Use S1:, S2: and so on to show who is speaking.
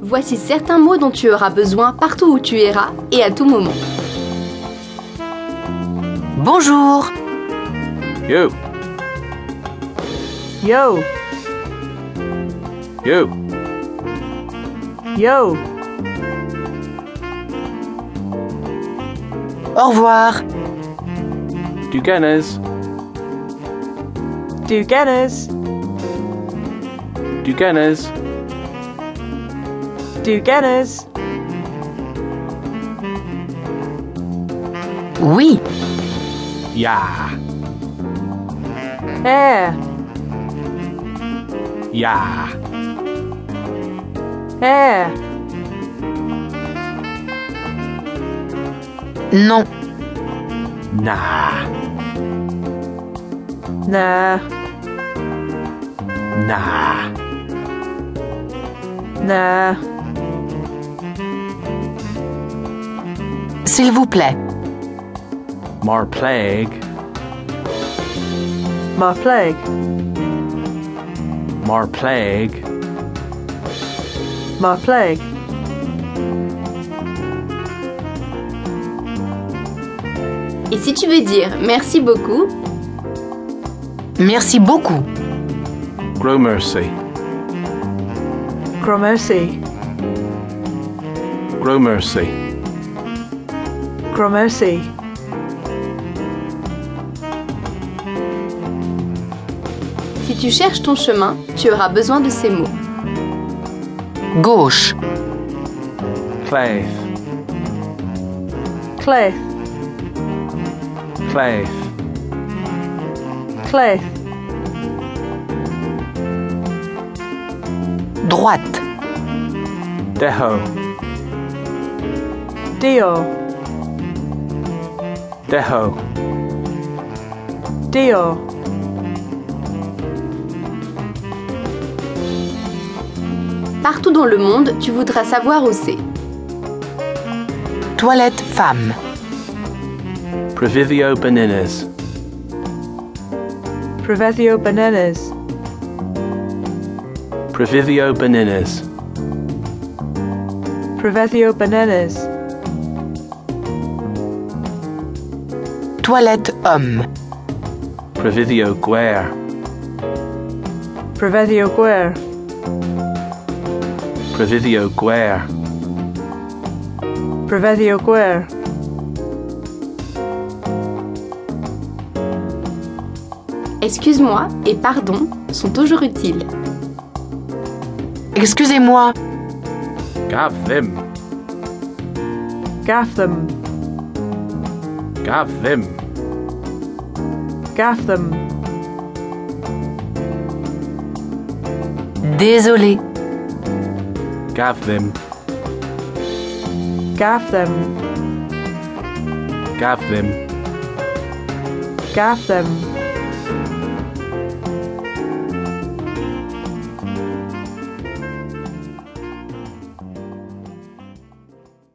S1: Voici certains mots dont tu auras besoin partout où tu iras et à tout moment.
S2: Bonjour.
S3: Yo,
S4: Yo,
S3: yo,
S4: yo,
S2: Au revoir.
S3: Duganes,
S4: Duganas,
S3: Duganes,
S4: Duganas,
S2: Oui.
S3: Ya,
S4: air,
S3: Ya,
S4: air,
S2: Non.
S3: Nah,
S4: nah,
S3: Nah,
S4: nah,
S2: S'il vous plaît.
S3: Mar Plague,
S4: my plague,
S3: Mar Plague,
S4: my plague,
S1: Et si tu veux dire merci beaucoup,
S2: Merci beaucoup.
S3: Gromercy,
S4: gramercy,
S3: Gromercy,
S4: gramercy,
S1: si tu cherches ton chemin, tu auras besoin de ces mots.
S2: Gauche.
S3: Claith,
S4: clay,
S3: Claith,
S4: clay,
S2: Droite.
S3: Deho,
S4: dio,
S3: Deho,
S4: dio,
S1: Partout dans le monde, tu voudras savoir où c'est.
S2: Toilette femme.
S3: Previvio Beninas,
S4: provezio bananas,
S3: Previvio Beninas,
S4: provezio bananas,
S2: Toilette homme.
S3: Previvio Guer,
S4: provezio guer,
S3: Previvio Guer,
S4: provezio guer,
S1: Excuse-moi et pardon sont toujours utiles.
S2: Excusez-moi.
S3: Gav Vim,
S4: gaff them,
S3: Gav Vim,
S4: gaff them,
S2: Désolé.
S3: Gav Vim,
S4: gaff them,
S3: Gav Vim,
S4: gaff them,